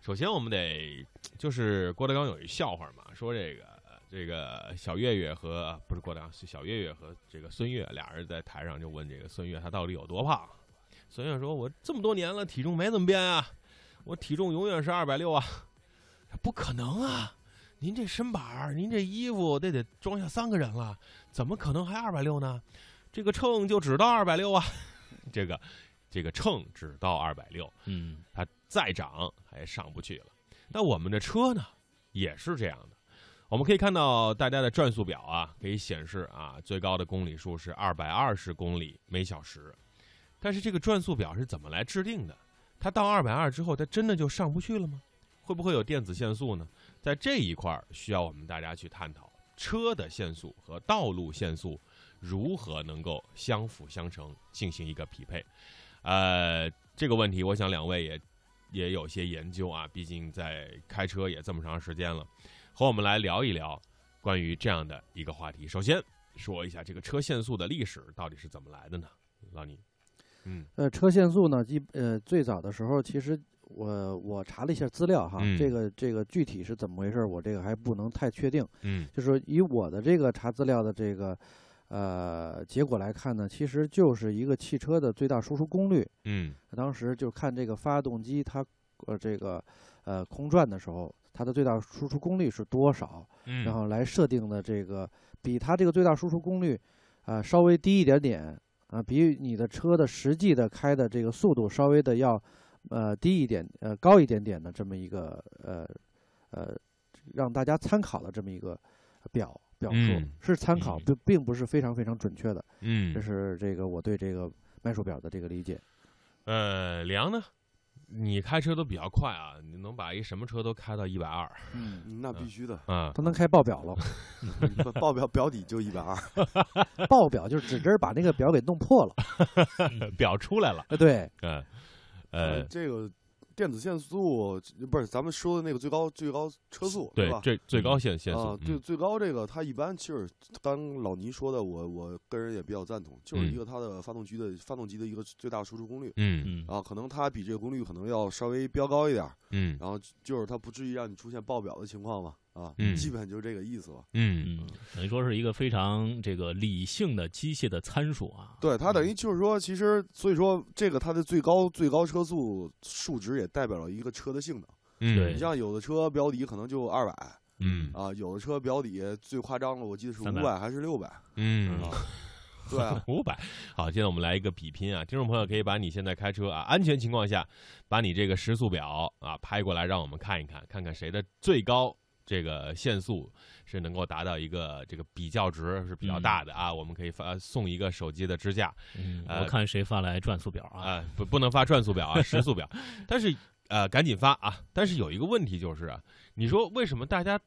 首先我们得就是郭德纲有一笑话嘛，说这个这个小岳岳和不是郭德纲是小岳岳和这个孙越俩人在台上就问这个孙越他到底有多胖，孙越说我这么多年了体重没怎么变啊，我体重永远是二百六啊，不可能啊。您这身板儿，您这衣服，这得装下三个人了，怎么可能还二百六呢？这个秤就只到二百六啊， 这个这个秤只到二百六，嗯它再涨还上不去了。那我们的车呢，也是这样的。我们可以看到大家的转速表啊，可以显示啊，最高的公里数是二百二十公里每小时。但是这个转速表是怎么来制定的？它到二百二之后，它真的就上不去了吗？会不会有电子限速呢？在这一块儿，需要我们大家去探讨车的限速和道路限速如何能够相辅相成，进行一个匹配。呃，这个问题，我想两位也也有些研究啊，毕竟在开车也这么长时间了，和我们来聊一聊关于这样的一个话题。首先说一下这个车限速的历史到底是怎么来的呢？老倪，嗯呃，车限速呢，基呃最早的时候，其实我我查了一下资料哈，这嗯个这个具体是怎么回事儿，我这个还不能太确定。嗯就是说以我的这个查资料的这个呃结果来看呢，其实就是一个汽车的最大输出功率。嗯当时就看这个发动机它呃这个呃空转的时候，它的最大输出功率是多少，嗯然后来设定的这个比它这个最大输出功率啊、稍微低一点点啊，比你的车的实际的开的这个速度稍微的要呃低一点呃高一点点的这么一个呃呃让大家参考的这么一个表表述、嗯是参考，嗯并并不是非常非常准确的，这嗯，是这个我对这个迈数表的这个理解。呃，梁呢？你开车都比较快啊，你能把一什么车都开到一百二，嗯，嗯那必须的啊？都能开报表了， 报报表表底就一啊百二，报表就是指针儿把那个表给弄破了。 表出来了，呃，对， 嗯呃， 这个电子限速不是咱们说的那个最高最高车速对是，吧？这最高限限速啊，，对嗯最高这个，它一般其实刚老倪说的，我我个人也比较赞同，就是嗯一个它的发动机的发动机的一个最大输出功率嗯嗯哦啊，可能它比这个功率可能要稍微飙高一点儿，嗯然后就是它不至于让你出现爆表的情况嘛啊嗯， 基本就这个意思吧。嗯嗯，等于说是一个非常这个理性的机械的参数啊。对，它等于就是说，其实所以说这个它的最高最高车速数值也代表了一个车的性能。嗯，对你像有的车标底可能就二百嗯啊，有的车标底最夸张了，我记得是五300百还是六百嗯啊？对啊， 五百。好，现在我们来一个比拼啊，听众朋友可以把你现在开车啊，安全情况下，把你这个时速表啊拍过来，让我们看一看，看看谁的最高。这个限速是能够达到一个这个比较值是比嗯较大的啊，我们可以发送一个手机的支架嗯，呃我看谁发来转速表呃啊？啊，不不能发转速表啊，时速表，但是呃赶紧发啊！但是有一个问题就是啊，你说为什么大家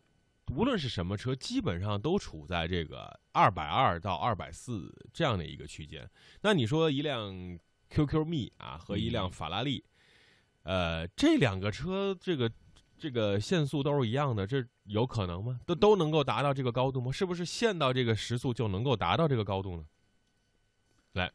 无论是什么车，基本上都处在这个二百二到二百四这样的一个区间？那你说一辆 QQ 蜜啊和一辆法拉利，呃，这两个车这个。这个限速都是一样的，这有可能吗？都都能够达到这个高度吗？是不是限到这个时速就能够达到这个高度呢？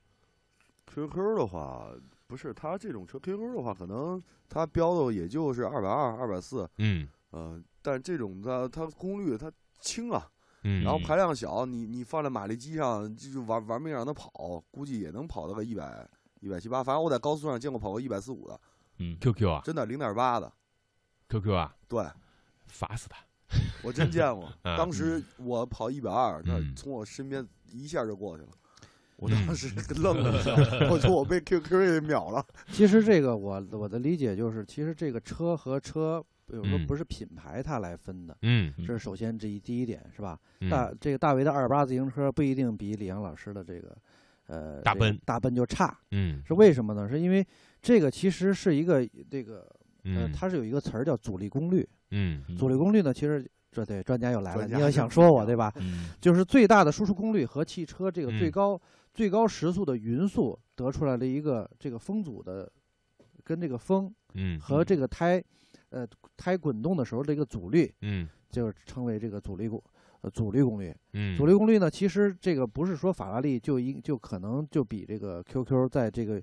QQ 的话，不是它这种车 QQ 的话，可能它标的也就是二百二、二百四，嗯嗯，但这种它它功率它轻啊，嗯，然后排量小，你你放在马力机上，就是玩玩命让它跑，估计也能跑到个一百一百七八，反正我在高速上见过跑过一百四五的，嗯， QQ 啊真的零点八的， ，QQ 啊，对罚死他。。我真见过 啊当时我跑一百二，那嗯从我身边一下就过去了。我嗯当时愣了一下，我说我被 QQ 给秒 了。其实这个我我的理解就是，其实这个车和车，比如说嗯不是品牌它来分的，嗯，嗯这是首先这一第一点是吧？嗯大这个大为的二八自行车不一定比李阳老师的这个。呃，大这个奔大奔就差嗯是为什么呢？是因为这个其实是一个这个呃嗯，它是有一个词儿叫阻力功率。嗯嗯阻力功率呢，其实这对专家又来了，专你家要想说我对吧？嗯就是最大的输出功率和汽车这个嗯最高、最高时速的匀速得出来的一个这个风阻的，跟这个风嗯和这个胎，呃，胎滚动的时候这个阻力，嗯就是称为这个阻力功，呃，阻力功率。嗯，阻力功率呢，其实这个不是说法拉利就应就可能就比这个 QQ 在这个。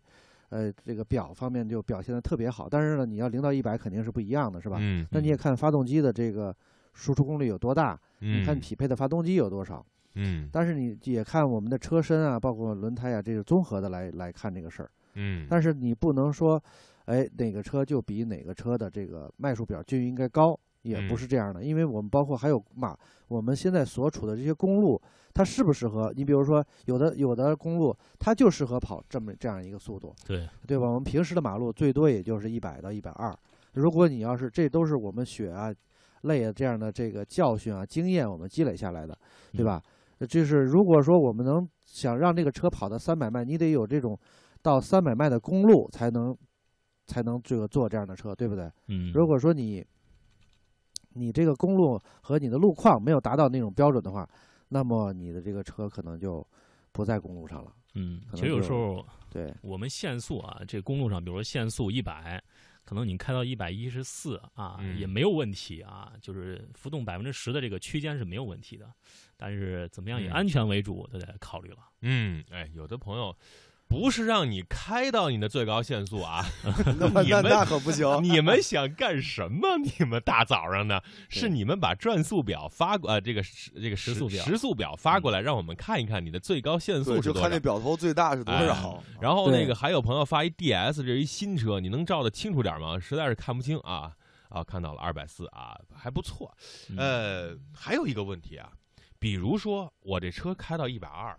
呃，这个表方面就表现的特别好。但是呢，你要零到一百肯定是不一样的，是吧？嗯，那你也看发动机的这个输出功率有多大，你嗯看匹配的发动机有多少，嗯但是你也看我们的车身啊，包括轮胎啊，这个综合的来来看这个事儿。嗯，但是你不能说，哎，哪个车就比哪个车的这个迈数表就应该高，也不嗯是这样的，因为我们包括还有马，我们现在所处的这些公路，它适不适合？你比如说，有的有的公路它就适合跑这么这样一个速度，对，对吧？我们平时的马路最多也就是一百到一百二，如果你要是这都是我们血啊、泪啊这样的这个教训啊、经验我们积累下来的，对吧？呃就是如果说我们能想让这个车跑到三百迈，你得有这种到三百迈的公路才能才能这个做这样的车，对不对？嗯，如果说你你这个公路和你的路况没有达到那种标准的话，那么你的这个车可能就不在公路上了。嗯，可其能实有就时候对，我们限速啊，这公路上，比如说限速一百，可能你开到一百一十四啊，嗯也没有问题啊，就是浮动百分之十的这个区间是没有问题的。但是怎么样以嗯安全为主，都得考虑了。嗯，哎，有的朋友不是让你开到你的最高限速啊，那你那们那可不行。你们想干什么？你们大早上的，是对你们把转速表发过，呃，这个时这个时时速表时速表发过来，让我们看一看你的最高限对，速就是多哎看少那。表头最大是多少。然后那对个还有朋友发一 DS，这是一新车，你能照的清楚点吗？实在是看不清啊啊，看到了二百四啊，还不错。嗯、呃，还有一个问题啊，比如说我这车开到一百二，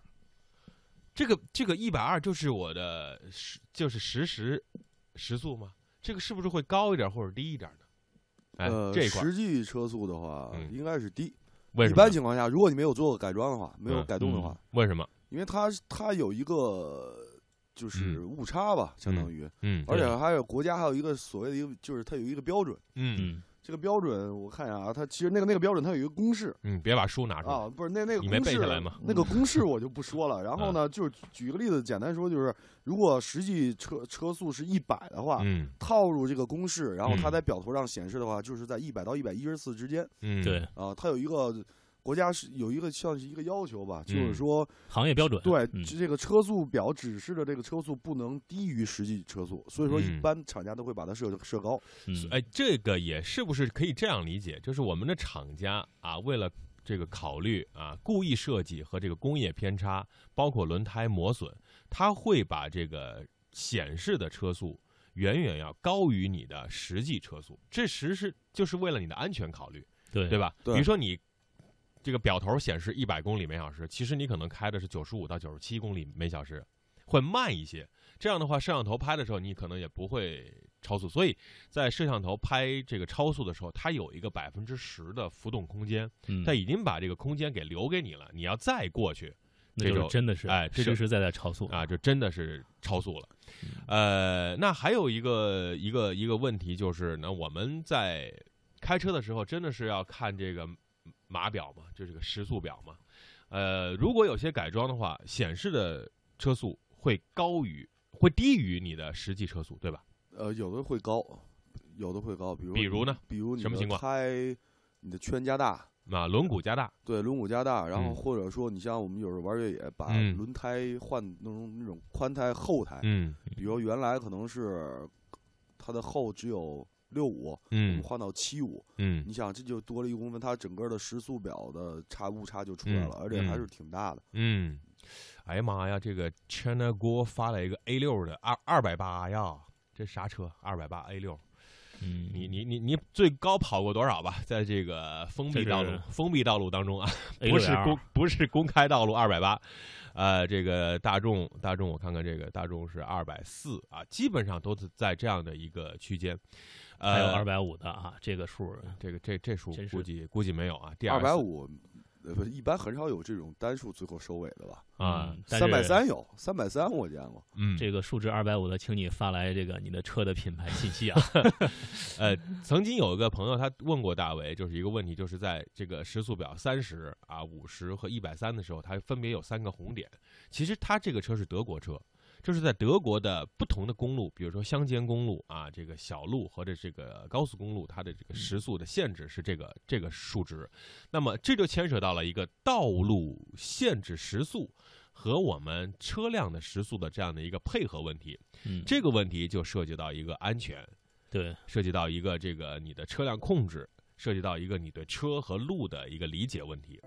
这个这个一百二就是我的时就是实时时速吗？这个是不是会高一点或者低一点呢？哎，呃，这一块儿实际车速的话嗯应该是低。为一什么般呢？情况下，如果你没有做过改装的话，没有嗯改动的话，为什么？因为它它有一个就是误差吧，相当于，嗯而且对还有国家还有一个所谓的一个，就是它有一个标准。嗯嗯，这个标准我看一下啊，它其实那个那个标准它有一个公式嗯，别把书拿出来。啊，不是那那个你没公背式下来吗？啊那个公式我就不说了。然后呢，就是举个例子，简单说就是，如果实际车车速是一百的话，嗯套入这个公式，然后它嗯在表图上显示的话，就是在一百到一百一十四之间嗯，对，啊。它有一个国家是有一个像是一个要求吧，就是嗯说行业标准对嗯这个车速表指示的这个车速不能低于实际车速，所以说一嗯般厂家都会把它设设高。嗯，哎，这个也是不是可以这样理解？就是我们的厂家啊，为了这个考虑啊，故意设计和这个工业偏差，包括轮胎磨损，它会把这个显示的车速远远要高于你的实际车速，这实是就是为了你的安全考虑。对对吧？对比如说你这个表头显示一百公里每小时，其实你可能开的是九十五到九十七公里每小时，会慢一些。这样的话，摄像头拍的时候，你可能也不会超速。所以在摄像头拍这个超速的时候，它有一个百分之十的浮动空间，嗯，它已经把这个空间给留给你了。你要再过去，那这就种是真的是哎这就实实在在超速啊，就真的是超速了。呃，那还有一个一个一个问题就是，那我们在开车的时候，真的是要看这个码表嘛，就这个时速表嘛。呃，如果有些改装的话，显示的车速会高于，会低于你的实际车速，对吧？呃，有的会高，有的会高，比如比如呢，比如你什么的情况胎、你的圈加大，啊，轮毂加大，对轮毂加大，然后嗯或者说你像我们有时候玩越野，把嗯轮胎换那种那种宽胎后胎，嗯比如原来可能是它的后只有六五，我们嗯换到七五，嗯你想这就多了一公分，它整个的时速表的差误差就出来了，嗯而且嗯还是挺大的。嗯。哎呀妈呀，这个 China 锅发了一个 A 六的二二百八呀，这啥车？二百八 A 六。嗯，你你你你最高跑过多少吧？在这个封闭这道路是封闭道路当中啊， A 不是 6L 公不是公开道路二百八，呃，这个大众大众我看看这个大众是二百四啊，基本上都是在这样的一个区间，呃，还有二百五的啊，这个数这个这这数真是估计估计没有啊，第二百五五，呃，不一般很少有这种单数最后收尾的吧？啊，嗯但三百是三有，三百三我见过。嗯，这个数值二百五的，请你发来这个你的车的品牌信息啊。呃，曾经有一个朋友他问过大为，就是一个问题，就是在这个时速表三十啊、五十和一百三的时候，它分别有三个红点。其实他这个车是德国车，就是在德国的不同的公路，比如说乡间公路啊、这个小路和这这个高速公路，它的这个时速的限制是这个这个数值。那么这就牵扯到了一个道路限制时速和我们车辆的时速的这样的一个配合问题。嗯， 这个问题就涉及到一个安全，对，涉及到一个这个你的车辆控制，涉及到一个你对车和路的一个理解问题。